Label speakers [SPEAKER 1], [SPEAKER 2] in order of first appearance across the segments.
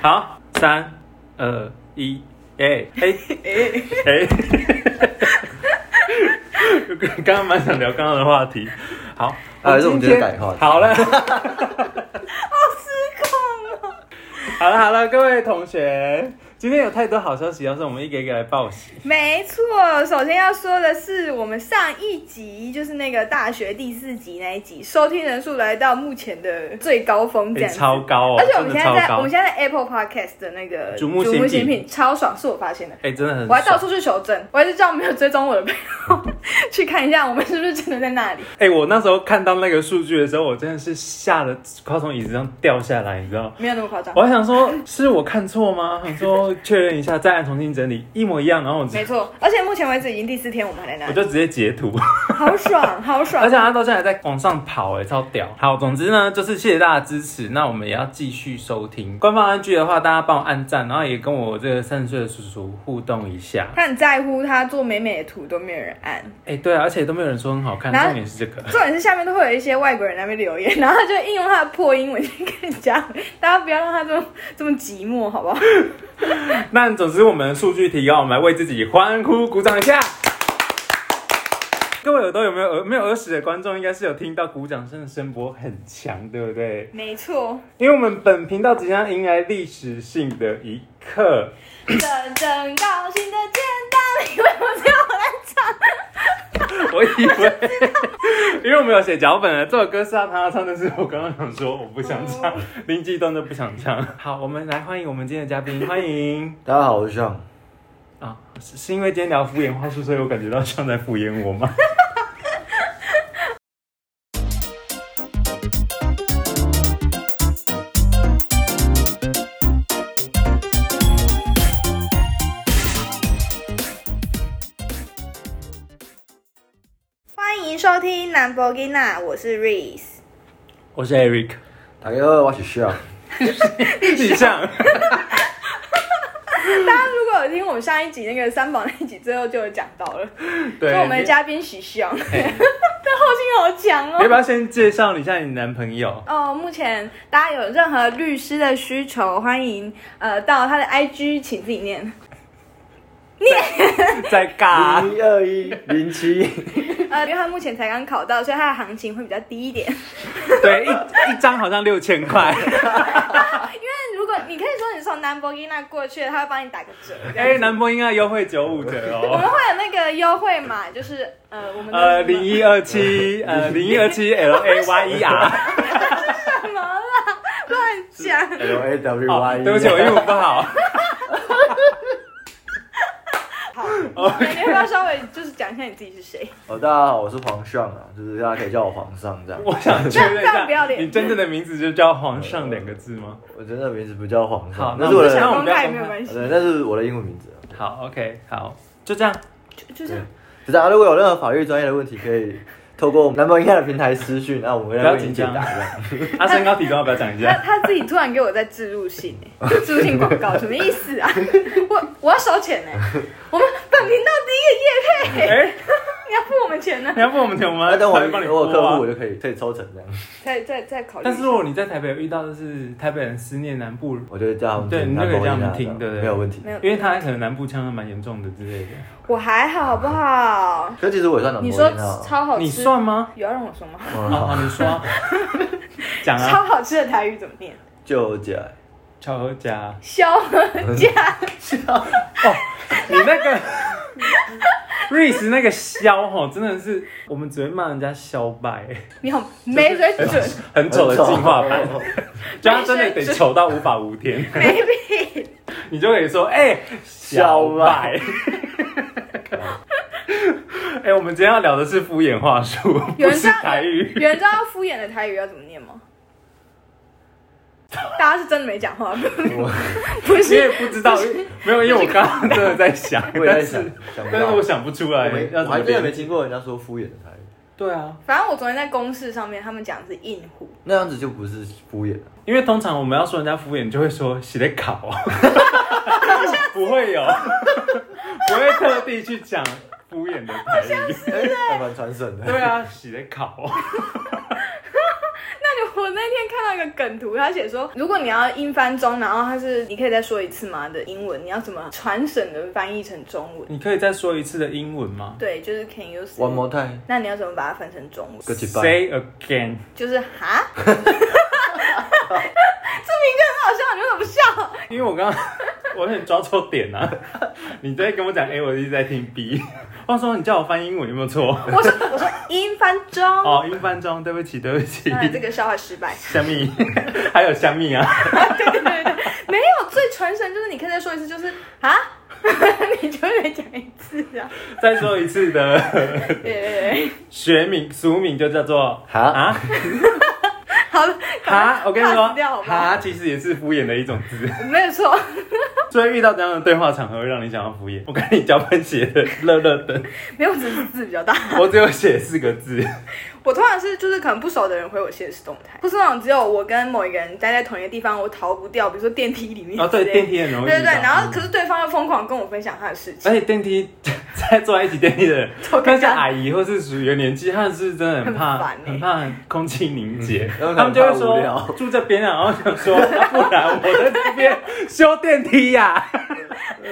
[SPEAKER 1] 好，三二一， 哎哎
[SPEAKER 2] 哎，
[SPEAKER 1] 哎！ 刚刚蛮想聊刚刚的话题，好，
[SPEAKER 3] 啊还是我们直接改话题
[SPEAKER 1] 好了，
[SPEAKER 2] 失控了。哦
[SPEAKER 1] 好了，好了，各位同学，今天有太多好消息要是我们一个一个来报喜。
[SPEAKER 2] 没错，首先要说的是，我们上一集就是那个大学第四集那一集，收听人数来到目前的最高峰，这
[SPEAKER 1] 欸
[SPEAKER 2] 样子、
[SPEAKER 1] 超高哦
[SPEAKER 2] 而且我们
[SPEAKER 1] 真的
[SPEAKER 2] 现在
[SPEAKER 1] 超
[SPEAKER 2] 在
[SPEAKER 1] 高
[SPEAKER 2] 我们现在在 Apple Podcast 的那个
[SPEAKER 1] 瞩目新品
[SPEAKER 2] 新品超爽，是我发现的。
[SPEAKER 1] 哎、真的很爽，
[SPEAKER 2] 我还到处去求证，我还是叫没有追踪我的朋友去看一下，我们是不是真的在那里？
[SPEAKER 1] 哎、我那时候看到那个数据的时候，我真的是吓得快从椅子上掉下来，你知道吗？
[SPEAKER 2] 没有那么夸张
[SPEAKER 1] 我，还想说，是我看错吗？想说确认一下，再按重新整理，一模一样。然后我直
[SPEAKER 2] 没错。而且目前为止已经第四天，我们还在那
[SPEAKER 1] 我
[SPEAKER 2] 里，
[SPEAKER 1] 就直接截图，
[SPEAKER 2] 好爽，好爽。
[SPEAKER 1] 而且他到现在还在往上跑、哎，超屌。好，总之呢，就是谢谢大家支持，那我们也要继续收听官方 IG 的话，大家帮我按赞，然后也跟我这个三十岁的叔叔互动一下。
[SPEAKER 2] 他很在乎他做美美的图都没有人按，
[SPEAKER 1] 哎、对啊，而且都没有人说很好看，
[SPEAKER 2] 然后
[SPEAKER 1] 重点是这个。
[SPEAKER 2] 重点是下面都会有一些外国人在那边留言，然后他就应用他的破英文去跟人家，大家不要让他这么这么寂寞，好不好？
[SPEAKER 1] 那总之，我们数据提高，我们来为自己欢呼鼓掌一下。各位耳朵有没有耳没有耳屎的观众，应该是有听到鼓掌声的声波很强，对不对？
[SPEAKER 2] 没错，
[SPEAKER 1] 因为我们本频道即将迎来历史性的一刻。
[SPEAKER 2] 真正高兴的见到你，为什么只有我来唱？
[SPEAKER 1] 我以为，因为我们有写脚本了，这首歌是要他唱，但是我刚刚想说我不想唱，灵机一动就不想唱。哦好，我们来欢迎我们今天的嘉宾，欢迎
[SPEAKER 3] 大家好，我是尚。
[SPEAKER 1] 啊！是是因为今天聊敷衍话术，所以我感觉到像在敷衍我吗？
[SPEAKER 2] 欢迎收听南博吉娜，我是 Reese。
[SPEAKER 1] 我是 Eric，
[SPEAKER 3] 大家好，我是尚。
[SPEAKER 1] 你像。
[SPEAKER 2] 大家如果有听我们上一集那个三宝那一集，最后就有讲到了，
[SPEAKER 1] 对，
[SPEAKER 2] 就我们的
[SPEAKER 1] 你
[SPEAKER 2] 嘉宾许翔，他后 劲好强
[SPEAKER 1] 你要不
[SPEAKER 2] 哦。
[SPEAKER 1] 要先介绍一下你男朋友？
[SPEAKER 2] 哦，目前大家有任何律师的需求，欢迎呃到他的 IG，请自己念。
[SPEAKER 1] 在尬，
[SPEAKER 3] 一二一 零七，
[SPEAKER 1] 哦
[SPEAKER 2] 呃，因为他目前才刚考到，所以他的行情会比较低一点。
[SPEAKER 1] 对，一一张好像六千 块。
[SPEAKER 2] 因为如果你可以说你从南博基那过去，他会帮你打个 折。
[SPEAKER 1] 哎，男朋友应该优惠九五折
[SPEAKER 2] 我
[SPEAKER 1] 哦。
[SPEAKER 2] 们会有那个优惠码，就是呃，我们的
[SPEAKER 1] 呃，
[SPEAKER 2] 什么
[SPEAKER 1] 零一二七，呃，零一二七 L A Y E R。
[SPEAKER 2] 什么啦，乱讲。
[SPEAKER 3] L A W
[SPEAKER 1] 哦
[SPEAKER 3] Y，E
[SPEAKER 1] 对不起，我英文不好。
[SPEAKER 2] 好，
[SPEAKER 1] 哦
[SPEAKER 2] 那你要不要稍微就是讲一下你自己是谁？
[SPEAKER 3] 哦，大家好，我是黄尚啊，就是大家可以叫我皇上这样。
[SPEAKER 1] 我想确认
[SPEAKER 2] 这样不
[SPEAKER 1] 一
[SPEAKER 2] 要
[SPEAKER 1] 下，
[SPEAKER 2] 脸
[SPEAKER 1] 你真正的名字就叫皇上两个字吗？
[SPEAKER 3] 我真的名字不叫皇
[SPEAKER 1] 好呃
[SPEAKER 3] 上，，
[SPEAKER 1] 那
[SPEAKER 3] 是我
[SPEAKER 1] 们
[SPEAKER 3] 的，
[SPEAKER 1] 想
[SPEAKER 2] 那
[SPEAKER 1] 我
[SPEAKER 2] 公
[SPEAKER 1] 们不要
[SPEAKER 2] 开也
[SPEAKER 1] 公
[SPEAKER 2] 没有
[SPEAKER 1] 开
[SPEAKER 2] 关系，
[SPEAKER 3] 对，那是我的英文名字。
[SPEAKER 1] 好，OK，好，就这样。呃
[SPEAKER 2] 就就这
[SPEAKER 3] 对
[SPEAKER 2] 样。，
[SPEAKER 3] 就大家如果有任何法律专业的问题，可以透过我们南方音乐的平台私讯，那我们会来为你解
[SPEAKER 1] 不要
[SPEAKER 3] 答这样。
[SPEAKER 1] 他身高体重要不要讲一
[SPEAKER 2] 他
[SPEAKER 1] 下？
[SPEAKER 2] 他自己突然给我在植入性哎、欸，就植入性广告什么意思啊？ 我我要收钱 哎、我们本频道第一个业配、
[SPEAKER 1] 哎，
[SPEAKER 2] 你要付我们钱呢、
[SPEAKER 1] 你要付我们钱吗？
[SPEAKER 3] 那呃等我
[SPEAKER 1] 才会帮你
[SPEAKER 3] 我有
[SPEAKER 1] 播
[SPEAKER 3] 客
[SPEAKER 1] 啊
[SPEAKER 3] 户，我就可以可以抽成这样。
[SPEAKER 2] 再再再考虑。
[SPEAKER 1] 但是如果你在台北有遇到，就是台北人思念南部
[SPEAKER 3] 我就会叫他们
[SPEAKER 1] 对
[SPEAKER 3] 听
[SPEAKER 1] 你就可以叫
[SPEAKER 3] Number
[SPEAKER 1] 他
[SPEAKER 3] One
[SPEAKER 1] 们
[SPEAKER 3] 啊
[SPEAKER 1] 听对对对
[SPEAKER 3] 没有问题
[SPEAKER 2] 没。有
[SPEAKER 1] 因为他可能南部腔还蛮严重的之类的。
[SPEAKER 2] 我还好，好不好？
[SPEAKER 3] 可是其实我也算南
[SPEAKER 2] 你
[SPEAKER 3] 博
[SPEAKER 2] 说
[SPEAKER 3] 音啊。嗯
[SPEAKER 2] 超好吃，
[SPEAKER 1] 你算吗？
[SPEAKER 2] 有要让我说吗？
[SPEAKER 1] 啊、啊，你 说，讲啊，
[SPEAKER 2] 超好吃的台语怎么念？
[SPEAKER 3] 就姐，
[SPEAKER 1] 巧合家，
[SPEAKER 2] 肖和家，
[SPEAKER 1] 你那个 瑞斯那个肖吼，真的是我们只会骂人家肖白，
[SPEAKER 2] 你好没水准，
[SPEAKER 1] 很丑的进化版，就他真的得
[SPEAKER 2] 没水准
[SPEAKER 1] 丑到无法无天，
[SPEAKER 2] 没病。
[SPEAKER 1] 你就可以说，哎、小
[SPEAKER 3] 小
[SPEAKER 1] 白
[SPEAKER 3] 白。
[SPEAKER 1] 哎、我们今天要聊的是敷衍话术，
[SPEAKER 2] 有
[SPEAKER 1] 不
[SPEAKER 2] 人知
[SPEAKER 1] 是
[SPEAKER 2] 道
[SPEAKER 1] 台 语。
[SPEAKER 2] 有人知道敷衍的台语要怎么 念吗？大家是真的没讲 话，
[SPEAKER 3] 我
[SPEAKER 2] 不
[SPEAKER 1] 你也
[SPEAKER 2] 是？
[SPEAKER 1] 不知道，没有，因为我刚刚真的在想，
[SPEAKER 3] 我也在
[SPEAKER 1] 但
[SPEAKER 3] 想
[SPEAKER 1] 是，
[SPEAKER 3] 想不
[SPEAKER 1] 但是
[SPEAKER 3] 到
[SPEAKER 1] 我。想不出来
[SPEAKER 3] 我没
[SPEAKER 1] 要
[SPEAKER 3] 我
[SPEAKER 1] 怎么
[SPEAKER 3] 还真的没
[SPEAKER 1] 练。
[SPEAKER 3] 听过人家说敷衍的台语，
[SPEAKER 1] 对啊，
[SPEAKER 2] 反正我昨天在公式上面，他们讲的是硬虎，
[SPEAKER 3] 那样子就不是敷衍了。
[SPEAKER 1] 因为通常我们要说人家敷衍，就会说写的考啊， 不会有，不会特地去讲敷衍的台语。啊
[SPEAKER 3] 哎还蛮传神的。
[SPEAKER 1] 对啊，写的考，
[SPEAKER 2] 那你我那天看到一个梗图，他写说，如果你要英翻中，然后他是你可以再说一次吗的英文，你要怎么传神的翻译成中文？
[SPEAKER 1] 你可以再说一次的英文吗
[SPEAKER 2] 对，就是 Can you say？
[SPEAKER 3] One more time，
[SPEAKER 2] 那你要怎么把它翻成中文？
[SPEAKER 3] 个几拜。
[SPEAKER 1] ？Say again。
[SPEAKER 2] 就是哈， 这名字很好笑，你为什么不笑？
[SPEAKER 1] 因为我刚刚 我有点抓错点啊，你在跟我讲 A，我一直在听 B。话说你叫我翻英文有没有错？
[SPEAKER 2] 我说我说英翻中，
[SPEAKER 1] 哦，英翻中，对不起，对不起。
[SPEAKER 2] 当然这个笑话失败。
[SPEAKER 1] 虾米， 还有虾米啊，
[SPEAKER 2] 对对对对，没有最传神就是你可以再说一次，就是啊， 你就会再讲一次啊。
[SPEAKER 1] 再说一次的
[SPEAKER 2] 对对对，
[SPEAKER 1] 学名俗名就叫做
[SPEAKER 3] 哈
[SPEAKER 1] 啊
[SPEAKER 2] 好了，
[SPEAKER 1] 哈，我跟你
[SPEAKER 2] 怕死掉好
[SPEAKER 1] 说，
[SPEAKER 2] 不好
[SPEAKER 1] 哈其实也是敷衍的一种字，
[SPEAKER 2] 没有错。
[SPEAKER 1] 所以遇到怎样的对话场合会让你想要敷衍？我看你脚本写的乐乐的，
[SPEAKER 2] 没有，只是字比较大。
[SPEAKER 1] 我只有写四个字，
[SPEAKER 2] 我通常是就是可能不熟的人回我现实动态，或是那种只有我跟某一个人待在同一个地方，我逃不掉，比如说电梯里面
[SPEAKER 1] 哦，对，
[SPEAKER 2] 之类的
[SPEAKER 1] 电梯很容易遇
[SPEAKER 2] 对
[SPEAKER 1] 到，嗯
[SPEAKER 2] 对对，然后可是对方又疯狂跟我分享他的事情，
[SPEAKER 1] 而且电梯 在坐在一起电梯的 人
[SPEAKER 2] 超尴尬，
[SPEAKER 1] 那些阿姨或是属于有年纪，他们是真的很怕，
[SPEAKER 2] 很烦欸
[SPEAKER 1] 很怕空气凝 结，
[SPEAKER 3] 嗯
[SPEAKER 1] 他们就会
[SPEAKER 3] 然后很怕无
[SPEAKER 1] 说
[SPEAKER 3] 聊
[SPEAKER 1] 住这边啊，然后想说， 啊不然我在这边修电梯呀、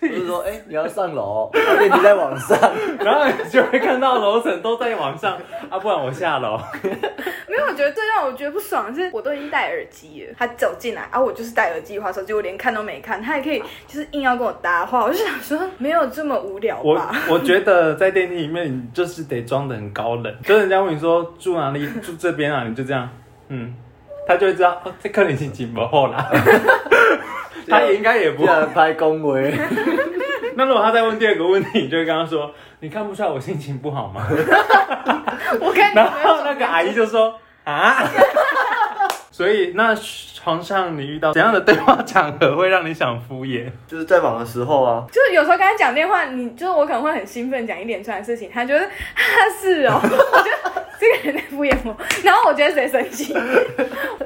[SPEAKER 3] 就是说，哎，你要上楼，电梯在 往上，
[SPEAKER 1] 然后你就会看到楼层都在往上，啊，不然我下楼。
[SPEAKER 2] 没有，我觉得最让我觉得不爽的是，我都已经戴耳机了，他走进来啊，我就是戴耳机划手机，我连看都没看，他还可
[SPEAKER 1] 啊
[SPEAKER 2] 以就是硬要跟我搭话，我就想说没有这么无聊
[SPEAKER 1] 我
[SPEAKER 2] 吧？
[SPEAKER 1] 我觉得在电梯里面，你就是得装的很高冷， 就是人家问你说住哪里，住这边啊，你就这样，嗯，他就会知道哦，这客人心情不好 啦。他也应该也不
[SPEAKER 3] 不
[SPEAKER 1] 会
[SPEAKER 2] 啊
[SPEAKER 3] 然拍恭维。
[SPEAKER 1] 那如果他再问第二个问题，你就会跟他说：“ 你看不出来我心情不好 吗
[SPEAKER 2] 我看？”你
[SPEAKER 1] 然
[SPEAKER 2] 有没有
[SPEAKER 1] 后那个阿姨就说：“ 啊。”所以，那床上你遇到怎样的对话场合会让你想敷 衍？
[SPEAKER 3] 就是在忙的时候啊，
[SPEAKER 2] 就是有时候跟他讲电话，你就是我可能会很兴奋讲一连串的事情，他觉得哈是 哦，我觉得这个人在敷衍我，然后我觉得谁生气，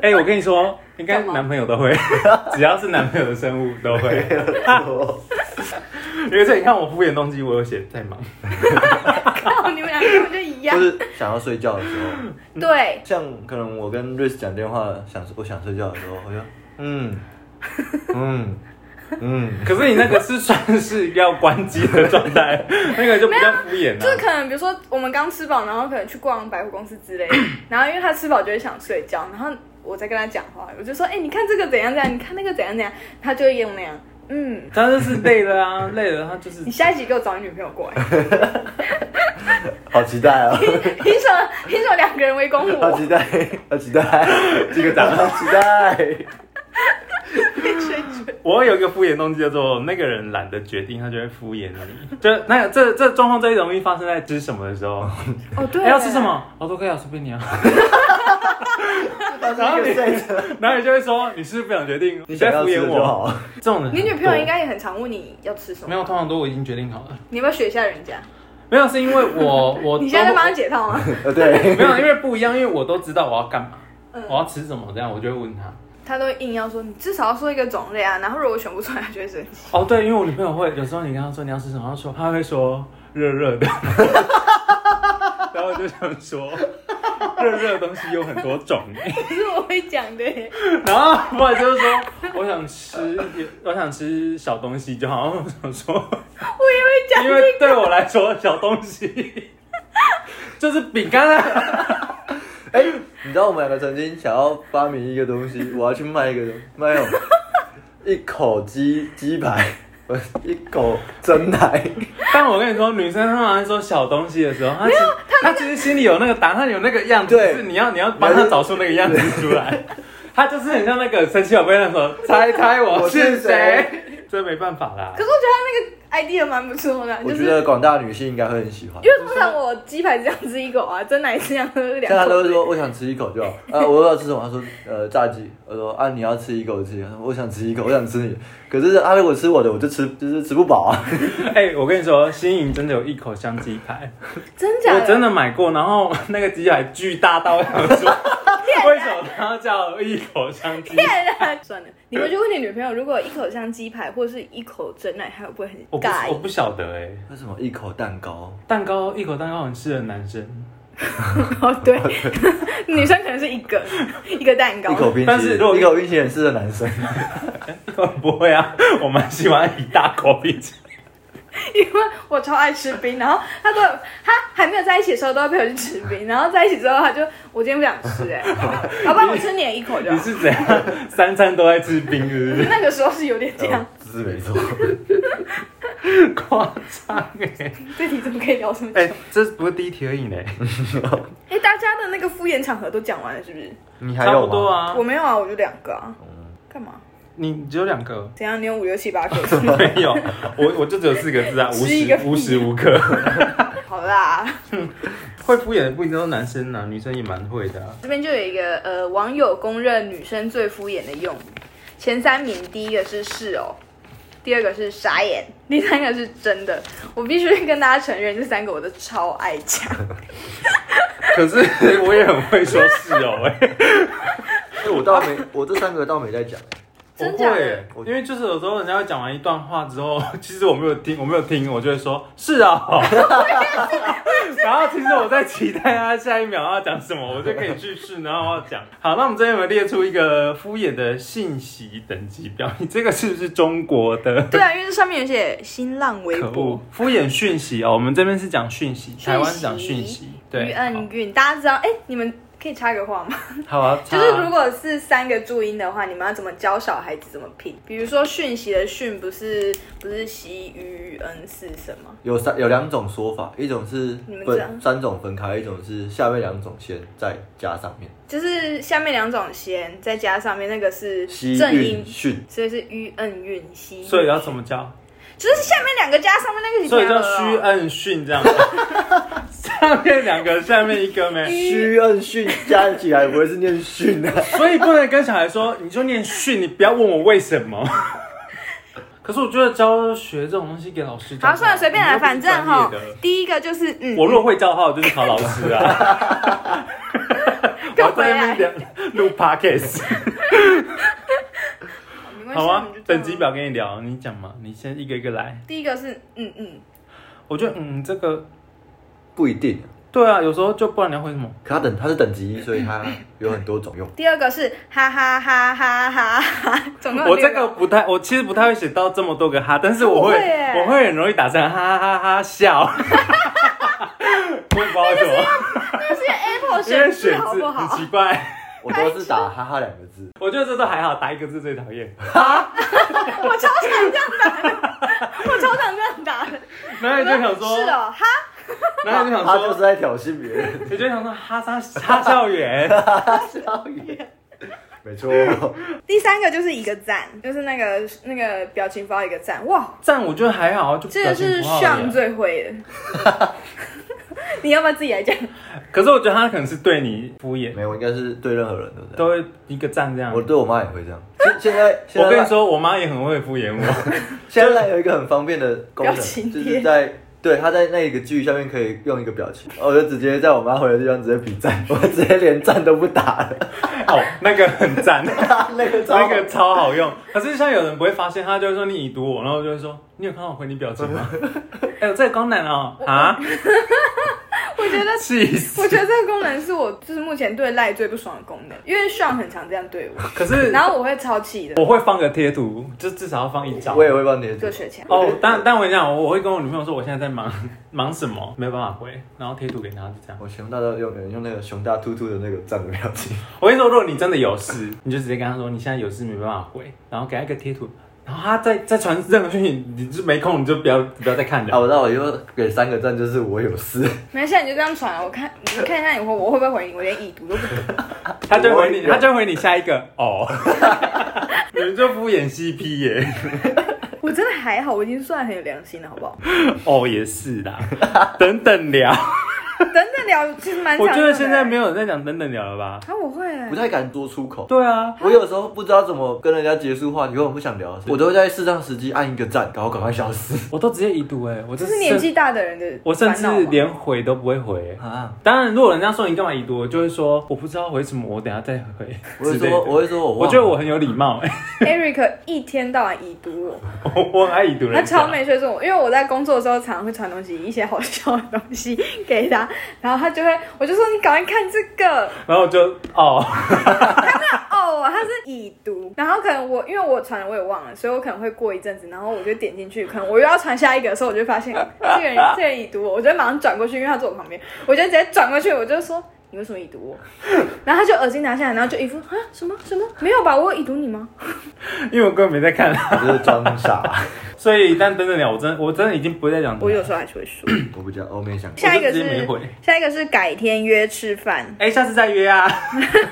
[SPEAKER 1] 哎、我跟你说，应该
[SPEAKER 2] 干嘛
[SPEAKER 1] 男朋友都会， 只要是男朋友的生物都会。啊 因为这你看我敷衍的东西，我有写在忙。
[SPEAKER 2] 靠，你们俩根本就一样
[SPEAKER 3] 就。是想要睡觉的时候，
[SPEAKER 2] 对，
[SPEAKER 3] 像可能我跟瑞斯讲电话，想我想睡觉的时候，我就 嗯嗯嗯，
[SPEAKER 1] 可是你那个是算是要关机的状态，那个就比较敷衍啊
[SPEAKER 2] 就是
[SPEAKER 1] 了、
[SPEAKER 2] 可能比如说我们刚吃饱，然后可能去逛百货公司之类的，然后因为他吃饱就会想睡觉，然后我在跟他讲话，我就说，哎、你看这个怎样怎样，你看那个怎样怎样，他就会用那样，嗯，
[SPEAKER 1] 他就是累了啊，累了他 就是
[SPEAKER 2] 你下一集给我找你女朋友过 来，
[SPEAKER 3] 好期待哦，
[SPEAKER 2] 凭什么凭什么两个人围攻
[SPEAKER 3] 好
[SPEAKER 2] 我？
[SPEAKER 3] 期待，好期待，
[SPEAKER 1] 这个
[SPEAKER 3] 好期 待。
[SPEAKER 1] 我有一个敷衍动机，叫做那个人懒得决定，他就会敷衍你。就那个这这状况最容易发生在吃什么的时候。
[SPEAKER 2] 哦，对，
[SPEAKER 1] 哎要吃什？么？我都可以啊，随便你啊。
[SPEAKER 3] 然后你
[SPEAKER 1] 然后你就会说，你是不是不想决定，
[SPEAKER 3] 你
[SPEAKER 1] 在
[SPEAKER 3] 想
[SPEAKER 1] 敷
[SPEAKER 3] 要吃
[SPEAKER 1] 衍
[SPEAKER 3] 的就
[SPEAKER 1] 我。
[SPEAKER 3] 好，
[SPEAKER 1] 这种人
[SPEAKER 2] 你女朋友应该也很常问你要吃什
[SPEAKER 1] 没
[SPEAKER 2] 么，
[SPEAKER 1] 有，通常都我已经决定好了。
[SPEAKER 2] 你要不要学一下人家？
[SPEAKER 1] 没有，是因为 我我
[SPEAKER 2] 你现在在
[SPEAKER 1] 都
[SPEAKER 2] 帮他解套吗？
[SPEAKER 3] 呃 对，
[SPEAKER 1] 没有，因为不一样，因为我都知道我要干嘛，
[SPEAKER 2] 嗯
[SPEAKER 1] 我要吃什么，这样我就会问他。
[SPEAKER 2] 他都会硬要说你至少要说一个种类啊，然后如果我选不出来，他就会生气。
[SPEAKER 1] 哦，对，因为我女朋友会有时候你跟她说你要吃什么，她说她会说热热的，然后我就想说热热的东西有很多种欸
[SPEAKER 2] 可是我会讲的耶，
[SPEAKER 1] 然后我就是说，我想吃，我想吃小东西，就好像我想说，
[SPEAKER 2] 我也会讲
[SPEAKER 1] 因为对我来说，小东西就是饼干啊。
[SPEAKER 3] 哎，你知道我们两个曾经想要发明一个东西，我要去卖一个卖那种一口鸡鸡排，不是一口蒸奶，
[SPEAKER 1] 但我跟你说，女生她好像说小东西的时候，她其实她其实心里有那个答案，有那个样子，
[SPEAKER 3] 对
[SPEAKER 1] 就是你要你要帮她找出那个样子出 来。她就是很像那个神奇宝贝那首《猜猜 我是
[SPEAKER 3] 我是
[SPEAKER 1] 谁
[SPEAKER 3] 谁》，
[SPEAKER 1] 这没办法啦
[SPEAKER 2] 可。是我觉得他那个 idea 蛮不错的，
[SPEAKER 3] 我
[SPEAKER 2] 就是
[SPEAKER 3] 觉得广大女性应该会很喜欢
[SPEAKER 2] 因。为通常我鸡排这样吃一口啊，蒸奶这样喝两
[SPEAKER 1] 啊
[SPEAKER 3] 像他
[SPEAKER 2] 口。
[SPEAKER 3] 都会说我想吃一口就好， 呃，我要吃什么？他说呃炸鸡，我说啊你要吃一口 鸡，他说我想吃一口，我想吃你。可是他如果吃我的，我就吃就是吃不饱啊。
[SPEAKER 1] 哎、我跟你说，新颖真的有一口香鸡排，
[SPEAKER 2] 真假
[SPEAKER 1] 我
[SPEAKER 2] 的？
[SPEAKER 1] 真的买过，然后那个鸡排巨大到我想说，为什么它叫一口香鸡？
[SPEAKER 2] 骗人！ 算了，你回去问你女朋友，如果有一口像鸡排或是一口蒸奶，她会不会
[SPEAKER 1] 我不
[SPEAKER 2] 很尬
[SPEAKER 1] 我
[SPEAKER 2] 意？
[SPEAKER 1] 不晓得哎、
[SPEAKER 3] 为什么一口蛋糕？
[SPEAKER 1] 蛋糕一口蛋糕很适合男生，
[SPEAKER 2] 哦， 对，女生可能是一个 一个蛋糕
[SPEAKER 3] 一，口冰
[SPEAKER 1] 但
[SPEAKER 3] 淇
[SPEAKER 1] 是
[SPEAKER 3] 淋，
[SPEAKER 1] 如果
[SPEAKER 3] 一口冰淇淋是个男生，
[SPEAKER 1] 我不会啊，我蛮喜欢一大口冰淇淋。
[SPEAKER 2] 因为我超爱吃冰，然后他都他还没有在一起的时候都会陪我去吃冰，然后在一起之后他就我今天不想 吃哎、要不然我吃你的一口就
[SPEAKER 1] 你
[SPEAKER 2] 好。
[SPEAKER 1] 是怎样三餐都在吃冰，是不是？哦
[SPEAKER 2] 那个时候是有点这样，
[SPEAKER 3] 哦这是没错。
[SPEAKER 1] 夸张哎！
[SPEAKER 2] 这题怎么可以聊这么久？
[SPEAKER 1] 哎、
[SPEAKER 2] 哎、
[SPEAKER 1] 这不是第一题而已呢，
[SPEAKER 2] 大家的那个敷衍场合都讲完了是不是？
[SPEAKER 3] 你还有
[SPEAKER 1] 差
[SPEAKER 3] 吗？
[SPEAKER 1] 不多啊
[SPEAKER 2] 我。没有啊，我就两个啊，干嘛？，
[SPEAKER 1] 你只有两个
[SPEAKER 2] 怎样？你有五六七八个是吗？
[SPEAKER 1] 没有，我我就只有四个 字啊，无
[SPEAKER 2] 吃一个
[SPEAKER 1] 时
[SPEAKER 2] 屁
[SPEAKER 1] 无时无刻。
[SPEAKER 2] 好啦，
[SPEAKER 1] 会敷衍的不一定都是男生啊，女生也蛮会的、啊。
[SPEAKER 2] 这边就有一个呃，网友公认女生最敷衍的用语，前三名第一个是是哦，第二个是傻眼， 第三个是真的。我必须跟大家承认，这三个我都超爱 讲。
[SPEAKER 1] 可是 我也很会说是哦、哎，
[SPEAKER 3] 哎，我倒没，我这三个倒没在讲。
[SPEAKER 1] 我
[SPEAKER 2] 真
[SPEAKER 1] 会、
[SPEAKER 2] 假的
[SPEAKER 1] 哎因为就是有时候人家会讲完一段话之后， 其实我没有听，我没有听，我就会说是啊、然后其实我在期待他下一秒要讲什么，我就可以去试，然后要讲。好，那我们这边有没有列出一个敷衍的信息等级表？你这个是不是中国的？
[SPEAKER 2] 对啊，因为这上面有写新浪微
[SPEAKER 1] 可恶
[SPEAKER 2] 博、，
[SPEAKER 1] 敷衍讯息哦。我们这边是讲讯息，台湾讲讯息，
[SPEAKER 2] 余
[SPEAKER 1] 对，
[SPEAKER 2] 恩韵，大家知道？哎、你们可以插个话吗？
[SPEAKER 1] 好好啊，
[SPEAKER 2] 就是如果是三个注音的话，你们要怎么教小孩子怎么拼？比如说讯息的讯不是不是习于恩是什么？
[SPEAKER 3] 有三有两种说法，一种是
[SPEAKER 2] 你们这样
[SPEAKER 3] 分三种分开，一种是下面两种先再加上面。
[SPEAKER 2] 就是下面两种弦，再加上面那个是
[SPEAKER 3] 西
[SPEAKER 2] 正
[SPEAKER 3] 运
[SPEAKER 2] 音，
[SPEAKER 3] 训，
[SPEAKER 2] 所以是吁摁韵西。
[SPEAKER 1] 所以要怎么教？
[SPEAKER 2] 就是下面两个加上面那个是
[SPEAKER 1] 所以叫虚
[SPEAKER 2] 虚
[SPEAKER 1] 摁训 这样吗。上面两个，下面一个没。
[SPEAKER 3] 虚恩训加起来不会是念训啊？
[SPEAKER 1] 所以不能跟小孩说，你就念训，你不要问我为什么。可是我觉得教学这种东西给老师教，
[SPEAKER 2] 好，算了，随便来，
[SPEAKER 1] 你又不
[SPEAKER 2] 反
[SPEAKER 1] 是
[SPEAKER 2] 正哈
[SPEAKER 1] 专业的，
[SPEAKER 2] 第一个就是嗯，
[SPEAKER 1] 我若会教的话，我就是考老师啊。 我
[SPEAKER 2] 跟
[SPEAKER 1] 要
[SPEAKER 2] 我回
[SPEAKER 1] 在那
[SPEAKER 2] 来，
[SPEAKER 1] 边录 podcast，
[SPEAKER 2] 没关系
[SPEAKER 1] 好啊
[SPEAKER 2] 我们就，这
[SPEAKER 1] 等
[SPEAKER 2] 样
[SPEAKER 1] 级表跟你聊，你讲嘛，你先一个一个来。
[SPEAKER 2] 第一个是嗯嗯，
[SPEAKER 1] 我觉得嗯，这个
[SPEAKER 3] 不一定，
[SPEAKER 1] 对啊，有时候就不然你要会什么？
[SPEAKER 3] 可它等它是等级一，所以它有很多种 用。
[SPEAKER 2] 第二个是哈哈哈哈哈哈，总共有
[SPEAKER 1] 我
[SPEAKER 2] 六
[SPEAKER 1] 这个不太，我其实不太会写到这么多个哈，但是我
[SPEAKER 2] 我
[SPEAKER 1] 会，
[SPEAKER 2] 会耶
[SPEAKER 1] 我会很容易打成哈哈哈哈笑。 我也不知道为什么，
[SPEAKER 2] 那是 Apple
[SPEAKER 1] 因为
[SPEAKER 2] 选
[SPEAKER 1] 选
[SPEAKER 2] 字好
[SPEAKER 1] 字
[SPEAKER 2] 不
[SPEAKER 1] 很
[SPEAKER 2] 好
[SPEAKER 1] 奇？怪。
[SPEAKER 3] 我都是打哈哈两个字，
[SPEAKER 1] 我觉得这都还好，打一个字最讨厌。
[SPEAKER 2] 我超想这样打的，我超想这样打的。
[SPEAKER 1] 然后你就想说，
[SPEAKER 2] 是哦，哈，
[SPEAKER 1] 然后啊你就
[SPEAKER 3] 他就
[SPEAKER 1] 想
[SPEAKER 3] 是
[SPEAKER 1] 说，
[SPEAKER 3] 在挑衅别人。
[SPEAKER 1] 你就想说哈哈哈校 园，
[SPEAKER 3] 没错，
[SPEAKER 2] 第三个就是一个赞，就是那个那个表情包一个赞，哇，
[SPEAKER 1] 赞我觉得还好，啊就
[SPEAKER 2] 这个是上
[SPEAKER 1] 像
[SPEAKER 2] 最会的。 你要不要自己来讲？
[SPEAKER 1] 可是我觉得他可能是对你敷衍，
[SPEAKER 3] 没有，我应该是对任何人都这
[SPEAKER 1] 都
[SPEAKER 3] 样。
[SPEAKER 1] 会一个赞这样
[SPEAKER 3] 我。对我妈也会这样。现现在现在
[SPEAKER 1] 我跟你，说，我妈也很会敷衍我。
[SPEAKER 3] 现在 LINE 有一个很方便的功能，
[SPEAKER 2] 表情
[SPEAKER 3] 就
[SPEAKER 2] 贴
[SPEAKER 3] 是在对它在那一个句下面可以用一个表情，哦我就直接在我妈回的地方直接比赞， 我直接连赞都不打了。
[SPEAKER 1] 哦，那个很赞。
[SPEAKER 3] 那个超
[SPEAKER 1] 那个超好用。可是像有人不会发现，他就会说你已读我，然后我就会说你有看到我回你表情吗？哎、呦，这个功能哦，啊，
[SPEAKER 2] 我觉得，
[SPEAKER 1] 气死！
[SPEAKER 2] 我觉得这个功能是我就是目前对赖最不爽的功能，因为上很常这样对我，
[SPEAKER 1] 可是
[SPEAKER 2] 然后我会超气的。
[SPEAKER 1] 我会放个贴图，就至少要放一张
[SPEAKER 3] 我。也会帮你
[SPEAKER 2] 各
[SPEAKER 3] 做。
[SPEAKER 2] 学强，
[SPEAKER 1] 哦，但但我跟你讲，我会跟我女朋友说我现在在忙 忙什么，没有办法回，然后贴图给她就这样。
[SPEAKER 3] 我熊大都用有人用那个熊大突突的那个赞的表情，
[SPEAKER 1] 我跟你说，如果你真的有事，你就直接跟她说你现在有事没办法回，然后给她一个贴图，然后她再再传任何讯息，你就没空，你就不要不要再看
[SPEAKER 3] 啊，
[SPEAKER 1] 了。
[SPEAKER 3] 我那我以后给三个赞，就是我有事，
[SPEAKER 2] 没事，你就这样传，啊我看你看一下你会我会不会回你，我连已读都 不读。
[SPEAKER 1] 她就回你，她就回你下一个哦。 你们就敷衍 CP 耶、
[SPEAKER 2] 我真的还好，我已经算很有良心了，好不好？
[SPEAKER 1] 哦，也是啦，等等聊。
[SPEAKER 2] 等等聊，其实蛮常
[SPEAKER 1] 我觉
[SPEAKER 2] 用的欸
[SPEAKER 1] 得现在没有人在讲等等聊了吧？
[SPEAKER 2] 啊，我会欸
[SPEAKER 3] 不太敢多出口。
[SPEAKER 1] 对啊，
[SPEAKER 3] 我有时候不知道怎么跟人家结束话题，或者不想聊，我都会在适当时机按一个赞，然后赶快消 失。
[SPEAKER 1] 我都直接已读哎、我
[SPEAKER 2] 这
[SPEAKER 1] 这
[SPEAKER 2] 是年纪
[SPEAKER 1] 甚，
[SPEAKER 2] 大的人的
[SPEAKER 1] 我甚至
[SPEAKER 2] 烦恼吧
[SPEAKER 1] 连回都不会回、欸
[SPEAKER 3] 啊！
[SPEAKER 1] 当然，如果人家说你干嘛已读，我就会说我不知道回什么，我等下再回。
[SPEAKER 3] 我会
[SPEAKER 1] 之类的
[SPEAKER 3] 说，我会说我忘
[SPEAKER 1] 我
[SPEAKER 3] 了，
[SPEAKER 1] 觉得我很有礼貌哎、
[SPEAKER 2] Eric 一天到晚已读我，
[SPEAKER 1] 我我很爱已读
[SPEAKER 2] 他
[SPEAKER 1] 人家。
[SPEAKER 2] 超没睡说我，因为我在工作的时候常常会传东西，一些好笑的东西给他，然后 他就会，我就说你赶快看这个，
[SPEAKER 1] 然后我就哦，
[SPEAKER 2] 哦，它是已读，然后可能我因为我传了我也忘了，所以我可能会过一阵子，然后我就点进去，可能我又要传下一个的时候，我就发现 这个人这个人已读我，我就马上转过去，因为他坐我旁边，我就直接转过去，我就说你为什么已读我？然后他就耳机拿下来，然后就一副啊什么什么没有吧，我有已读你吗？
[SPEAKER 1] 因为我根本没在看，
[SPEAKER 3] 你就是装傻。
[SPEAKER 1] 所以但等等鸟，我真的我真的已经不再讲。
[SPEAKER 2] 我有时候还是会说。
[SPEAKER 3] 我不知道，我没想过。
[SPEAKER 2] 下一个
[SPEAKER 1] 我就直接
[SPEAKER 2] 是
[SPEAKER 1] 没回
[SPEAKER 2] 下一个是改天约吃饭，
[SPEAKER 1] 哎、下次再约啊。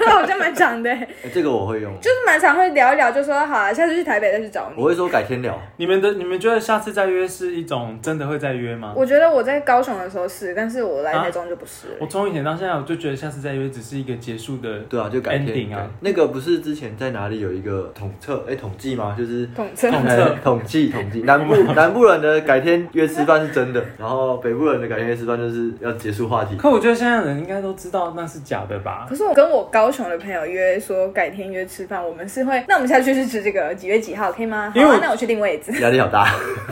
[SPEAKER 2] 好像蛮长的，就
[SPEAKER 3] 哎这个我会用，
[SPEAKER 2] 是蛮常会聊一聊，就说好啊，下次去台北再去找你
[SPEAKER 3] 我。会说改天聊。
[SPEAKER 1] 你们的你们觉得下次再约是一种真的会再约吗？
[SPEAKER 2] 我觉得我在高雄的时候是，但是我来台中就不是了。
[SPEAKER 1] 我从以前到现在，我就觉得下次再约只是一个结束的，
[SPEAKER 3] 对啊，就改天
[SPEAKER 1] ending 啊。
[SPEAKER 3] 那个不是之前在哪里有一个统测，哎，统计吗？就是
[SPEAKER 2] 统测
[SPEAKER 1] 统测
[SPEAKER 3] 哎统计，统计。南部南部人的改天约吃饭是真的，然后北部人的改天约吃饭就是要结束话题。
[SPEAKER 1] 可我觉得现在人应该都知道那是假的吧
[SPEAKER 2] 可？是我跟我高雄的朋友约说改天约吃饭，我们是会，那我们下去去吃这个几月几号可以吗？好
[SPEAKER 1] 因为
[SPEAKER 2] 啊
[SPEAKER 1] 我，
[SPEAKER 2] 那我去订位置。
[SPEAKER 3] 压力好大，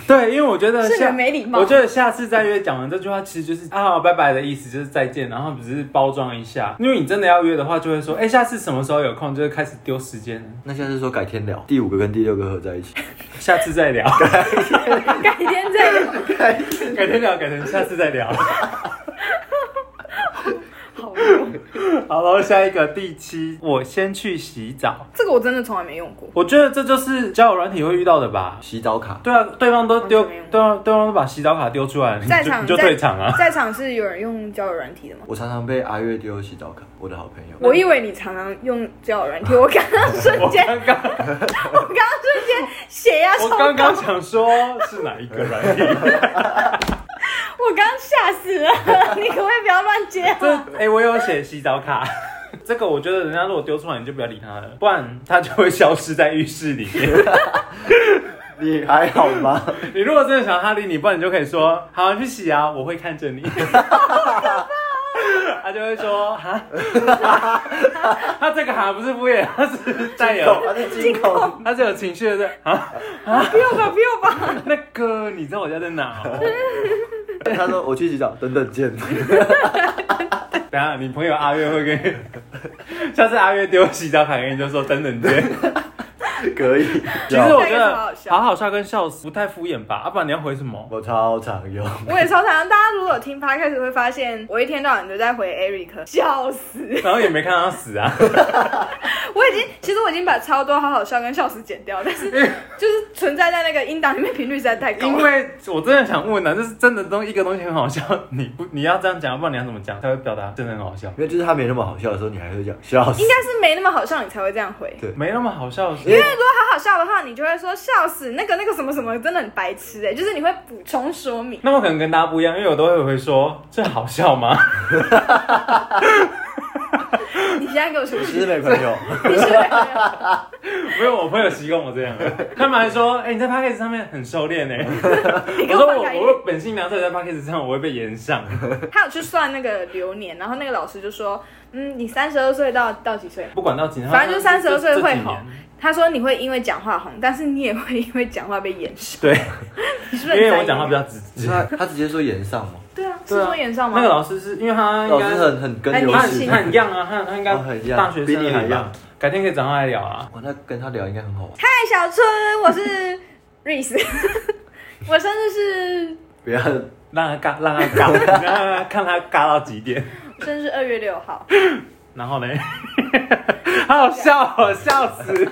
[SPEAKER 1] 对，因为我觉得
[SPEAKER 2] 是
[SPEAKER 1] 下
[SPEAKER 2] 人没礼貌
[SPEAKER 1] 我觉得下次再约讲完这句话，其实就是啊好拜拜的意思，就是再见，然后只是包装一下。因为你真的要约的话，就会说，哎、下次什么时候有空，就会开始丢时间了，
[SPEAKER 3] 那下次说改天聊，第五个跟第六个合在一起，
[SPEAKER 1] 下次再聊，
[SPEAKER 2] 改天再 聊，
[SPEAKER 1] 改天聊，改天下次再聊。
[SPEAKER 2] 好用。
[SPEAKER 1] 好了，下一个第七，我先去洗澡。
[SPEAKER 2] 这个我真的从来没用过。
[SPEAKER 1] 我觉得这就是交友软体会遇到的吧。
[SPEAKER 3] 洗澡卡。
[SPEAKER 1] 对啊，对方都丢
[SPEAKER 2] 完全没有，
[SPEAKER 1] 对方对方都把洗澡卡丢出来了，你
[SPEAKER 2] 在
[SPEAKER 1] 就
[SPEAKER 2] 场
[SPEAKER 1] 你就
[SPEAKER 2] 在
[SPEAKER 1] 退场啊。
[SPEAKER 2] 在场是有人用交友软体的吗？
[SPEAKER 3] 我常常被阿月丢洗澡卡，我的好朋友。
[SPEAKER 2] 我以为你常常用交友软体，我刚刚瞬间，
[SPEAKER 1] 刚刚
[SPEAKER 2] 我刚刚瞬间血压 超
[SPEAKER 1] 我
[SPEAKER 2] 高，
[SPEAKER 1] 刚刚想说是哪一个软体？
[SPEAKER 2] 我刚吓死了， 你可不可以不要乱接啊？
[SPEAKER 1] 这哎、我有写洗澡卡。这个我觉得人家如果丢出来，你就不要理他了，不然他就会消失在浴室里面。
[SPEAKER 3] 你还好吗？
[SPEAKER 1] 你如果真的想要他理你，不然你就可以说：“好，你去洗啊，我会看着你。” 他就会说：“哈， 他这个哈不是敷衍，他是带有，
[SPEAKER 3] 他是金口。
[SPEAKER 1] 他是有情绪的对。啊，
[SPEAKER 2] 不用吧，不用吧，
[SPEAKER 1] 那个你知道我家在哪、哦？
[SPEAKER 3] 他说我去洗澡，等等见。
[SPEAKER 1] 等一下，你朋友阿月会跟你， 下次阿月丢洗澡卡给你，就说等等见。
[SPEAKER 3] 可以。
[SPEAKER 1] 其实我觉
[SPEAKER 2] 这个
[SPEAKER 1] 得
[SPEAKER 2] 超好笑
[SPEAKER 1] 好好笑跟笑死不太敷衍吧，啊，不然你要回什么？
[SPEAKER 3] 我超常用，
[SPEAKER 2] 我也超常。大家如果有听 p 开始会发现，我一天到晚都在回 Eric，笑死！
[SPEAKER 1] 然后也没看到他死啊，
[SPEAKER 2] 我已经，其实我已经把超多好好笑跟笑死剪 掉，但是就是存在在那个音档里面频率实在太高
[SPEAKER 1] 哎因
[SPEAKER 2] 了。
[SPEAKER 1] 为我真的想问啊，就是真的东一个东西很好笑，你不你要这样讲，不然你要怎么讲才会表达真的很好笑？
[SPEAKER 3] 因为就是他没那么好笑的时候，你还会讲笑死
[SPEAKER 2] 应。该是没那么好笑，你才会这样回。
[SPEAKER 3] 对
[SPEAKER 1] 没那么好笑，
[SPEAKER 3] 因为
[SPEAKER 2] 因为如果好好笑的话，你就会说笑死，那个那个什么什么真的很白痴哎、就是你会补充说明。
[SPEAKER 1] 那我可能跟大家不一样，因为我都会回说这好笑吗？
[SPEAKER 2] 你现在给我出
[SPEAKER 3] 我其
[SPEAKER 2] 去
[SPEAKER 3] 实，没朋友，
[SPEAKER 2] 你是没有
[SPEAKER 1] 没有，我朋友习惯我这样，他们还说，哎、你在 p a c k a g e 上面很收敛呢。
[SPEAKER 2] 你
[SPEAKER 1] 我
[SPEAKER 2] 跟
[SPEAKER 1] 说
[SPEAKER 2] 我
[SPEAKER 1] 我
[SPEAKER 2] 反
[SPEAKER 1] 我
[SPEAKER 2] 应
[SPEAKER 1] 如果本性良善在 p a c k a g e 上，我会被延上。
[SPEAKER 2] 他有去算那个流年，然后那个老师就说，嗯，你三十二岁到到几岁？
[SPEAKER 1] 不管到几年，
[SPEAKER 2] 反正就32岁会
[SPEAKER 1] 好
[SPEAKER 2] 红。他说你会因为讲话红，但是你也会因为讲话被延上。
[SPEAKER 1] 对，
[SPEAKER 2] 你是
[SPEAKER 1] 因
[SPEAKER 2] 不是很在意
[SPEAKER 1] 为我讲话比较直接。
[SPEAKER 3] 他他直接说演上嘛，
[SPEAKER 2] 对啊，是
[SPEAKER 1] 对啊
[SPEAKER 2] 说延上吗？
[SPEAKER 1] 那个老师是因为他应
[SPEAKER 3] 老师
[SPEAKER 1] 该
[SPEAKER 3] 很很跟
[SPEAKER 2] 很
[SPEAKER 3] 流
[SPEAKER 1] 他很
[SPEAKER 2] 理性
[SPEAKER 3] 行
[SPEAKER 1] 他。很样啊，他他应该
[SPEAKER 3] 哦很样
[SPEAKER 1] 大学生
[SPEAKER 3] 比你还
[SPEAKER 1] 而已吧
[SPEAKER 3] 样。
[SPEAKER 1] 改天可以找他来聊啊。
[SPEAKER 3] 哇，那跟他聊应该很好玩。
[SPEAKER 2] 嗨，小春，我是 Reese，我 生日是
[SPEAKER 3] 不要
[SPEAKER 1] 让他尬，让他尬，让他看他尬到几点。
[SPEAKER 2] 生日二月六号。
[SPEAKER 1] 然后呢， 好好笑哦，笑死。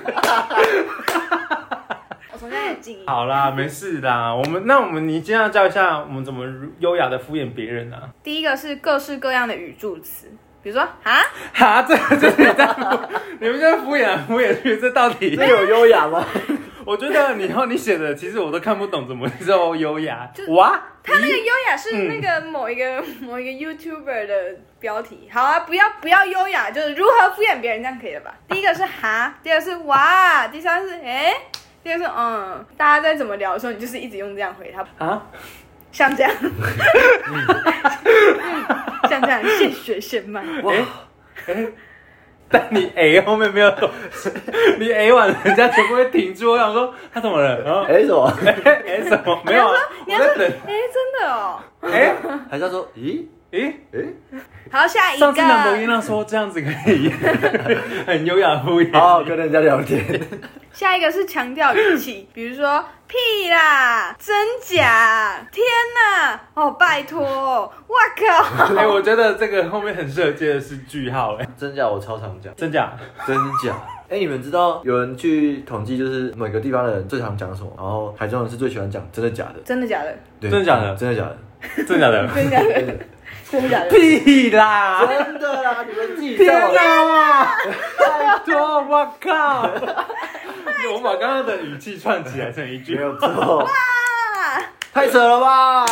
[SPEAKER 2] 我从现在很静音。
[SPEAKER 1] 好啦，没事啦。我们那我们你今天要教一下我们怎么优雅的敷衍别人啊？
[SPEAKER 2] 第一个是各式各样的语助词，比如说啊，
[SPEAKER 1] 哈，这这你在敷，你们在敷衍来敷衍去，这到底？
[SPEAKER 3] 这有优雅 吗？
[SPEAKER 1] 我觉得你后你写的，其实我都看不懂怎么叫优雅
[SPEAKER 2] 就。
[SPEAKER 1] 哇，
[SPEAKER 2] 他那个优雅是那个
[SPEAKER 1] 嗯
[SPEAKER 2] 某一个、 某一个 YouTuber 的标题。好啊，不要不要优雅，就是如何敷衍别人，这样可以了 吧？第一个是哈，第二个是哇，第三个是哎，第二个是嗯。大家在怎么聊的时候，你就是一直用这样回他，
[SPEAKER 1] 啊，
[SPEAKER 2] 像这样，
[SPEAKER 1] 嗯
[SPEAKER 2] 像这样现学现卖。
[SPEAKER 3] 哇，
[SPEAKER 1] 但你 A 后面没有东西，你 A 完人家全部会停住。我想说他怎么了？然后
[SPEAKER 3] 哎什么？
[SPEAKER 1] 哎、欸什么没有啊？
[SPEAKER 2] 你
[SPEAKER 1] 我
[SPEAKER 2] 要说
[SPEAKER 1] 在等
[SPEAKER 2] 哎，真的哦，
[SPEAKER 1] 哎、
[SPEAKER 3] 还是他说咦？
[SPEAKER 1] 诶，
[SPEAKER 3] 诶，
[SPEAKER 2] 好，下一
[SPEAKER 1] 上次兰博伊
[SPEAKER 2] 个，
[SPEAKER 1] 娜说这样子可以， 很优雅敷衍。
[SPEAKER 3] 好好跟人家聊天。
[SPEAKER 2] 下一个是强调语气，比如说屁啦、真假、天哪、哦拜托、我靠，
[SPEAKER 1] 哎、我觉得这个后面很适合接的是句号、哎，
[SPEAKER 3] 真假我超常讲，
[SPEAKER 1] 真假？
[SPEAKER 3] 真假。哎、你们知道有人去统计，就是每个地方的人最常讲什么？然后台中人是最喜欢讲真的假的，
[SPEAKER 2] 真的假的？
[SPEAKER 3] 对，
[SPEAKER 1] 真的假的
[SPEAKER 3] 真的假的，
[SPEAKER 1] 真假 的？
[SPEAKER 2] 真的假的？ 真的假的？
[SPEAKER 1] 屁啦！
[SPEAKER 3] 真的啦，你们自己
[SPEAKER 1] 天
[SPEAKER 3] 啊
[SPEAKER 1] 哪！拜托，我靠！ 我把刚刚的语气串起来成一句
[SPEAKER 3] 没，有错，
[SPEAKER 2] 啊
[SPEAKER 3] 太扯了 吧？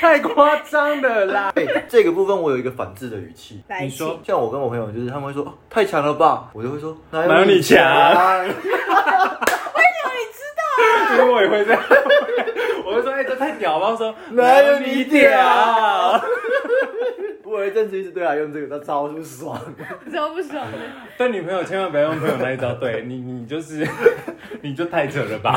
[SPEAKER 1] 太夸张了啦！
[SPEAKER 3] 哎、这个部分我有一个反制的语气，
[SPEAKER 2] 来
[SPEAKER 1] 你说
[SPEAKER 2] 请
[SPEAKER 3] 像我跟我朋友就是他们会说、哦、太强了吧，我就会说哪
[SPEAKER 1] 哪有你强
[SPEAKER 2] 你知道啊？
[SPEAKER 1] 所以我也会这样，我会说，哎、这太屌了！我说
[SPEAKER 3] 哪有你
[SPEAKER 1] 啊
[SPEAKER 3] 屌？ 啊我有一阵子一直对他用这个，他超不爽。
[SPEAKER 2] 超不爽的。
[SPEAKER 1] 对女朋友千万不要用朋友那一招， 对你，你就是你就太扯了吧？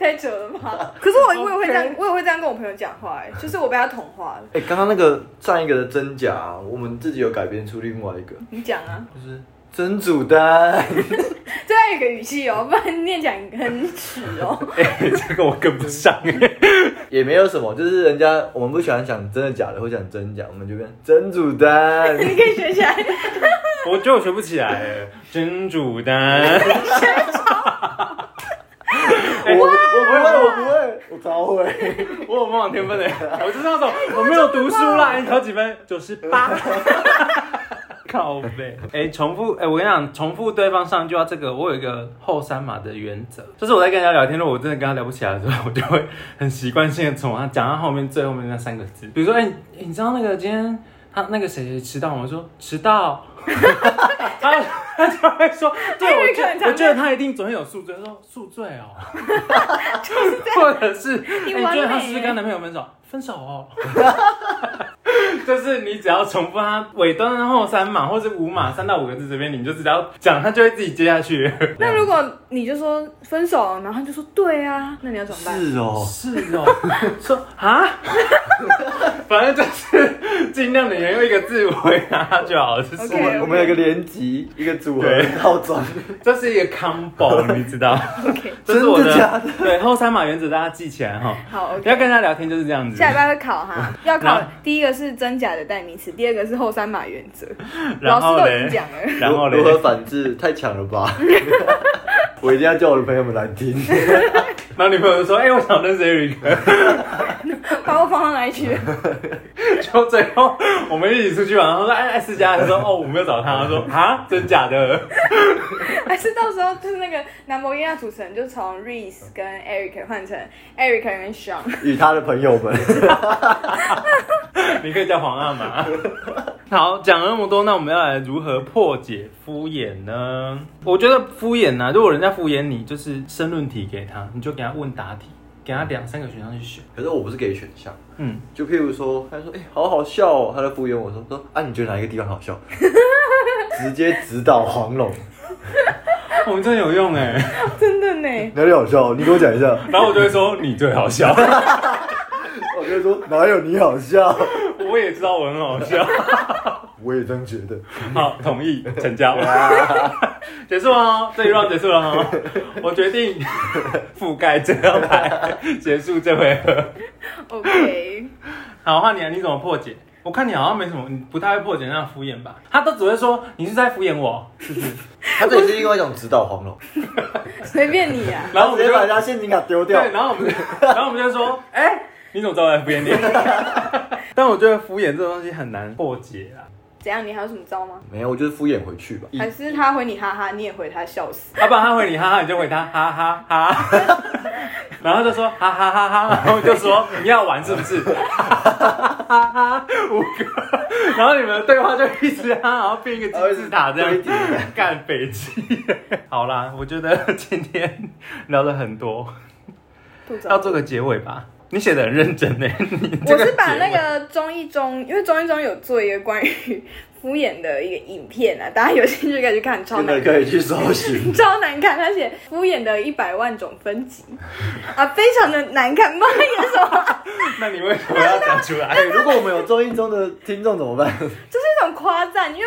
[SPEAKER 2] 太扯了吧？可是我我也会这样，我也会这样跟我朋友讲话、哎，就是我被他同化了。
[SPEAKER 3] 哎、刚刚那个上一个的真假、我们自己有改编出另外一个，
[SPEAKER 2] 你讲啊，
[SPEAKER 3] 就是真主丹。
[SPEAKER 2] 这要有个语气哦，不然念起来很耻哦。
[SPEAKER 1] 哎、这个我跟不上、哎，
[SPEAKER 3] 也没有什么，就是人家我们不喜欢讲真的假的，会讲真假，我们就变真主 丹。
[SPEAKER 2] 你可以学起来，
[SPEAKER 1] 我觉得我学不起来、哎真主丹。
[SPEAKER 3] 我我不会，我不会，我超会。
[SPEAKER 1] 我有模仿天分的， 我就是那种我没有读书啦，你考几分？九十八。 靠背，哎、重复，哎、我跟你讲，重复对方上一句话，这个我有一个后三码的原则，就是我在跟人家聊天，如果我真的跟他聊不起来的时候，我就会很习惯性的从他讲到后面最后面那三个字，比如说，哎、你你知道那个今天他那个谁谁迟到吗？我说迟到， 他他就会说，对，我
[SPEAKER 2] 哎这个很
[SPEAKER 1] 觉
[SPEAKER 2] 常
[SPEAKER 1] 我觉得他一定昨天有宿醉，他说宿醉哦， 或者是哎你
[SPEAKER 2] 完
[SPEAKER 1] 觉得他
[SPEAKER 2] 美
[SPEAKER 1] 是不是
[SPEAKER 2] 欸
[SPEAKER 1] 跟男朋友分手？分手哦。 就是你只要重复他尾端的后三码或者五码三到五个字这边，你就只要讲，他就会自己接下去。
[SPEAKER 2] 那如果你就说分手，然后他就说对啊，那你要怎么办？
[SPEAKER 3] 是哦，
[SPEAKER 1] 是哦，说啊， 反正就是尽量的用一个字回答就好了。这是
[SPEAKER 2] OK
[SPEAKER 3] 我们我们有一个连级，一个组合
[SPEAKER 1] 对
[SPEAKER 3] 套装，
[SPEAKER 1] 这是一个 combo，你知道
[SPEAKER 2] OK
[SPEAKER 1] 这是我
[SPEAKER 3] 真的假的
[SPEAKER 1] 对后三码原则，大家记起来哈。
[SPEAKER 2] 好，OK
[SPEAKER 1] 要。跟人家聊天就是这样子。
[SPEAKER 2] 下礼拜会考 哈，要考
[SPEAKER 1] 然后
[SPEAKER 2] 第一个是真假的代名词，第二个是后三码原则，
[SPEAKER 1] 然
[SPEAKER 2] 老
[SPEAKER 1] 后
[SPEAKER 2] 师都已
[SPEAKER 1] 嘞
[SPEAKER 2] 经，讲了。
[SPEAKER 1] 然后嘞
[SPEAKER 3] 如，何反制？太强了 吧！我一定要叫我的朋友们来听。
[SPEAKER 1] 然后女朋友就说：“哎、我想认识 Eric。”
[SPEAKER 2] 把我放到哪里去？
[SPEAKER 1] 就最后我们一起出去玩，然后说哎哎思佳，他说哦我没有找他，他说 啊真假的，
[SPEAKER 2] 还是到时候就是那个南摩耶亚主持人就从 Reese 跟 Eric 换成 Eric 跟 Sean，
[SPEAKER 3] 与他的朋友们，
[SPEAKER 1] 你可以叫黄阿玛。 好，讲了那么多，那我们要来如何破解敷衍呢？我觉得敷衍呢、啊，如果人家敷衍你，就是申论题给他，你就给他问答题，给他两三个选项去选。
[SPEAKER 3] 可是我不是给选项，
[SPEAKER 1] 嗯，
[SPEAKER 3] 就譬如说，他说：“哎、好好笑哦。”他在敷衍我说：“说啊，你觉得哪一个地方好 笑？”直接指导黄龙，
[SPEAKER 1] 我们真的有用哎。
[SPEAKER 2] 真的呢。
[SPEAKER 3] 哪里好笑？你给我讲一下。
[SPEAKER 1] 然后我就会说你最好 笑，
[SPEAKER 3] 我就说哪有你好笑？
[SPEAKER 1] 我也知道我很好笑。
[SPEAKER 3] 我也这样觉得。
[SPEAKER 1] 好，同意成交。 结束了哦，这一 round 结束了哦。我决定覆盖这张牌，结束这回合。
[SPEAKER 2] OK，
[SPEAKER 1] 好，换你啊，你怎么破解？我看你好像没什么，你不太会破解那样敷衍吧？他都只会说你是在敷衍我，
[SPEAKER 3] 他这也是另外一种指导黄龙，
[SPEAKER 2] 随便你啊。
[SPEAKER 1] 然后我
[SPEAKER 3] 直
[SPEAKER 1] 们
[SPEAKER 3] 接
[SPEAKER 1] 就
[SPEAKER 3] 把人家现金卡丢掉
[SPEAKER 1] 对，。然后我们就然后我们就说，哎、你怎么知道我在敷衍你？ 但我觉得敷衍这东西很难破解啊。
[SPEAKER 2] 怎样？你还有什么招吗？
[SPEAKER 3] 没有，我就是敷衍回去吧。
[SPEAKER 1] 哎
[SPEAKER 2] 还是他回你哈哈，你也回他笑死？
[SPEAKER 1] 他不然他回你哈哈，你就回他哈哈哈， 然后就说哈哈哈哈，然后就说你要玩是不是？哈哈哈，五个，然后你们的对话就一直哈，然后变一个金字塔这样
[SPEAKER 3] 对
[SPEAKER 1] 干北极。好啦，我觉得今天聊了很多，
[SPEAKER 2] 肚子
[SPEAKER 1] 要做个结尾吧。你写的很认真呢，你这
[SPEAKER 2] 我是把
[SPEAKER 1] 结
[SPEAKER 2] 那
[SPEAKER 1] 尾
[SPEAKER 2] 个综艺中，因为综艺中有做一个关于敷衍的一个影片啊，大家有兴趣可以去看，超
[SPEAKER 3] 真的
[SPEAKER 2] 难
[SPEAKER 3] 可
[SPEAKER 2] 看，。
[SPEAKER 3] 以去搜寻
[SPEAKER 2] 超难看。他写敷衍的一百万种分级啊，非常的难看，不知道那个什么，
[SPEAKER 1] 那你为什么要讲出来
[SPEAKER 3] 哎，？如果我们有综艺中的听众怎么 办？
[SPEAKER 2] 就是一种夸赞，因为。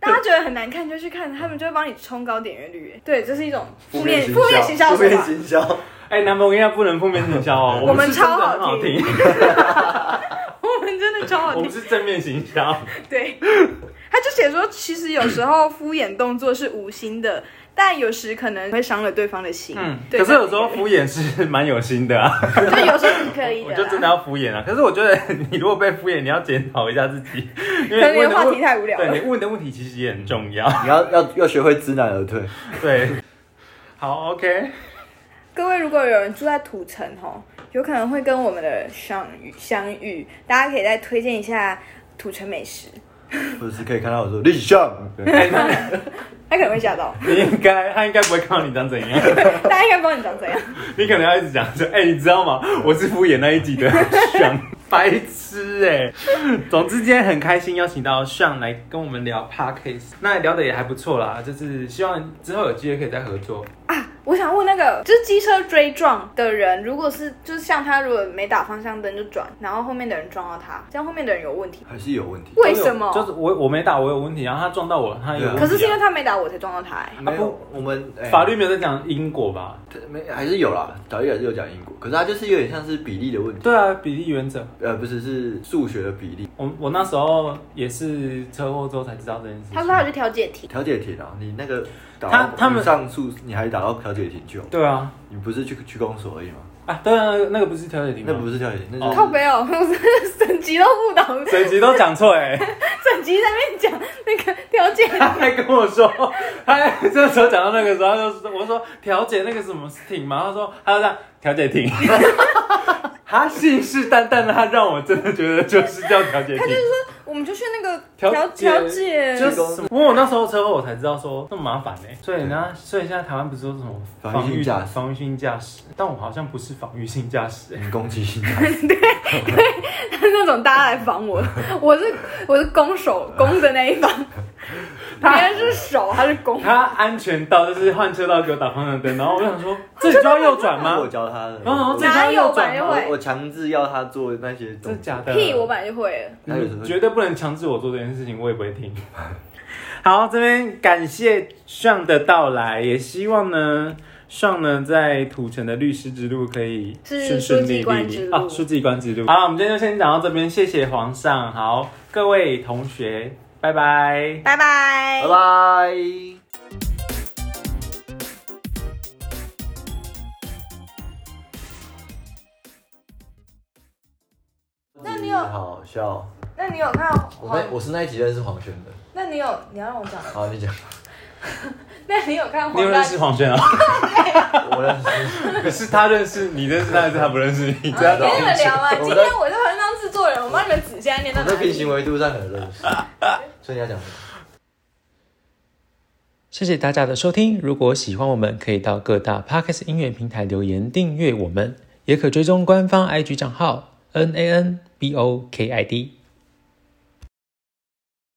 [SPEAKER 2] 大家觉得很难看，就去看，他们就会帮你冲高点阅率。对，这是一种负面负面形象
[SPEAKER 3] 负
[SPEAKER 2] 手
[SPEAKER 3] 面
[SPEAKER 2] 法。
[SPEAKER 3] 行销，
[SPEAKER 1] 哎，南博应该不能负面行销哦，
[SPEAKER 2] 我
[SPEAKER 1] 我
[SPEAKER 2] 们
[SPEAKER 1] 是真的
[SPEAKER 2] 超好
[SPEAKER 1] 很好
[SPEAKER 2] 听
[SPEAKER 1] 听，
[SPEAKER 2] 我们真的超好
[SPEAKER 1] 我
[SPEAKER 2] 听
[SPEAKER 1] 们。是正面行销。
[SPEAKER 2] 对，他就写说，其实有时候敷衍动作是无心的，但有时可能会伤了对方的心。
[SPEAKER 1] 嗯，
[SPEAKER 2] 对
[SPEAKER 1] 可是有时候敷衍 是蛮有心的啊。
[SPEAKER 2] 就有时候是可以
[SPEAKER 1] 我
[SPEAKER 2] 的
[SPEAKER 1] 就真的
[SPEAKER 2] 啦。
[SPEAKER 1] 要敷衍啊！可是我觉得 你如果被敷衍，你要检讨一下自 己，因
[SPEAKER 2] 可能你
[SPEAKER 1] 问
[SPEAKER 2] 的
[SPEAKER 1] 的
[SPEAKER 2] 话
[SPEAKER 1] 问
[SPEAKER 2] 题太无聊了
[SPEAKER 1] 对你问的问题其实也很重要。
[SPEAKER 3] 你要要要学会知难而退。
[SPEAKER 1] 对，好，OK，
[SPEAKER 2] 各位如果有人住在土城吼，有可能会跟我们的相遇相遇，大家可以再推荐一下土城美食，
[SPEAKER 3] 或者是可以看到我说立项，对
[SPEAKER 2] 他可能会吓到，
[SPEAKER 1] 哎你应该他应该不会看到你长怎样，
[SPEAKER 2] 大家应该不知道你长怎样。
[SPEAKER 1] 你可能要一直讲说，哎、你知道吗？我是敷衍那一集的上 白痴哎、总之今天很开心邀请到上来跟我们聊 Parkes，那聊的也还不错啦，就是希望之后有机会可以再合作。
[SPEAKER 2] 我想问那个，就是机车追撞的人，如果是就是像他，如果没打方向灯就转，然后后面的人撞到他，这样后面的人有问题吗，
[SPEAKER 3] 还是有问题。
[SPEAKER 2] 为什么？
[SPEAKER 1] 就是我我没打我有问题，然后他撞到我，他有问题啊、
[SPEAKER 2] 可是是因为他没打我才撞到他、欸，
[SPEAKER 3] 没有，我们、哎
[SPEAKER 1] 法律没有在讲因果吧？
[SPEAKER 3] 没还是有啦，法律还是有讲因果，可是它就是有点像是比例的问题，
[SPEAKER 1] 对啊，比例原则。
[SPEAKER 3] 呃，不是是数学的比例。
[SPEAKER 1] 我我那时候也是车祸之后才知道这件事情。
[SPEAKER 2] 他说他有去调解庭，
[SPEAKER 3] 调解庭啊，你那个打
[SPEAKER 1] 他他们
[SPEAKER 3] 你上诉，你还打到调解庭去哦，
[SPEAKER 1] 对啊，
[SPEAKER 3] 你不是去去公所而已吗？
[SPEAKER 1] 啊，对啊，那个不是调解庭吗，
[SPEAKER 3] 那不是调解庭，那
[SPEAKER 1] 哦
[SPEAKER 3] 就是、
[SPEAKER 2] 靠背哦，我是整集都不懂，
[SPEAKER 1] 整集都讲错哎、
[SPEAKER 2] 整集在那边讲那个调解
[SPEAKER 1] 他还跟我说，他这时候讲到那个时候，他就说我说调解那个什么庭嘛，他说他就这样调解庭， 他信誓旦旦的，他让我真的觉得就是叫调解庭。
[SPEAKER 2] 我们就去那个
[SPEAKER 1] 调
[SPEAKER 2] 调
[SPEAKER 1] 解
[SPEAKER 2] 调解，
[SPEAKER 1] 就是是因为我那时候车祸，我才知道说那么麻烦呢、欸所以人家，所以现在台湾不是说什么
[SPEAKER 3] 防御性驾驶
[SPEAKER 1] 防御性驾驶，但我好像不是防御性驾驶、欸，
[SPEAKER 3] 你攻击性，
[SPEAKER 2] 那种大家来防我，我是我是攻手攻的那一方，别人是手，他是攻，
[SPEAKER 1] 他安全到就是换车道给我打方向灯，然后我想说这里就要右转
[SPEAKER 3] 那我
[SPEAKER 1] 吗？
[SPEAKER 3] 教他的。
[SPEAKER 1] 然后
[SPEAKER 3] 我
[SPEAKER 1] 这里就要右转
[SPEAKER 2] 哪有
[SPEAKER 1] 吗？
[SPEAKER 2] 吧
[SPEAKER 3] 我我强制要他做那些
[SPEAKER 1] 真
[SPEAKER 3] 东
[SPEAKER 1] 的
[SPEAKER 3] 西，
[SPEAKER 1] 假的？
[SPEAKER 2] 屁我本来就会了。
[SPEAKER 1] 你们嗯
[SPEAKER 3] 嗯
[SPEAKER 1] 绝对不能强制我做这件事情，我也不会听。 好，这边感谢上的到来，也希望呢。上呢，在土城的律师之路可以
[SPEAKER 2] 是
[SPEAKER 1] 顺顺利
[SPEAKER 2] 书记官之
[SPEAKER 1] 利
[SPEAKER 2] 路
[SPEAKER 1] 啊，书记官之路。好了，我们今天就先讲到这边，谢谢皇上，好，各位同学，拜拜。
[SPEAKER 2] 拜拜
[SPEAKER 3] 拜拜。
[SPEAKER 2] 那你有
[SPEAKER 3] 好笑？
[SPEAKER 2] 那你有看到
[SPEAKER 3] 我那
[SPEAKER 2] 黄？
[SPEAKER 3] 我是那一集认识黄轩的。
[SPEAKER 2] 那你有你要让我讲吗？
[SPEAKER 3] 好，你讲，
[SPEAKER 2] 那你有看
[SPEAKER 1] 你有认
[SPEAKER 2] 黄大？
[SPEAKER 1] 识黄 轩啊？
[SPEAKER 3] 我认识。
[SPEAKER 1] 可是他认识你，认识他，还是他不认识 你？这样
[SPEAKER 2] 跟你们聊啊！
[SPEAKER 3] 我
[SPEAKER 2] 今天我是衡当制作人，我帮你们指现在念到
[SPEAKER 3] 我
[SPEAKER 2] 哪
[SPEAKER 3] 在平
[SPEAKER 2] 里
[SPEAKER 3] 行。维度上很认识。所以你要讲什么？
[SPEAKER 4] 谢谢大家的收听。如果喜欢我们，可以到各大 Podcast 音乐平台留言订阅我们，也可追踪官方 IG 账号 N A N B O K I D。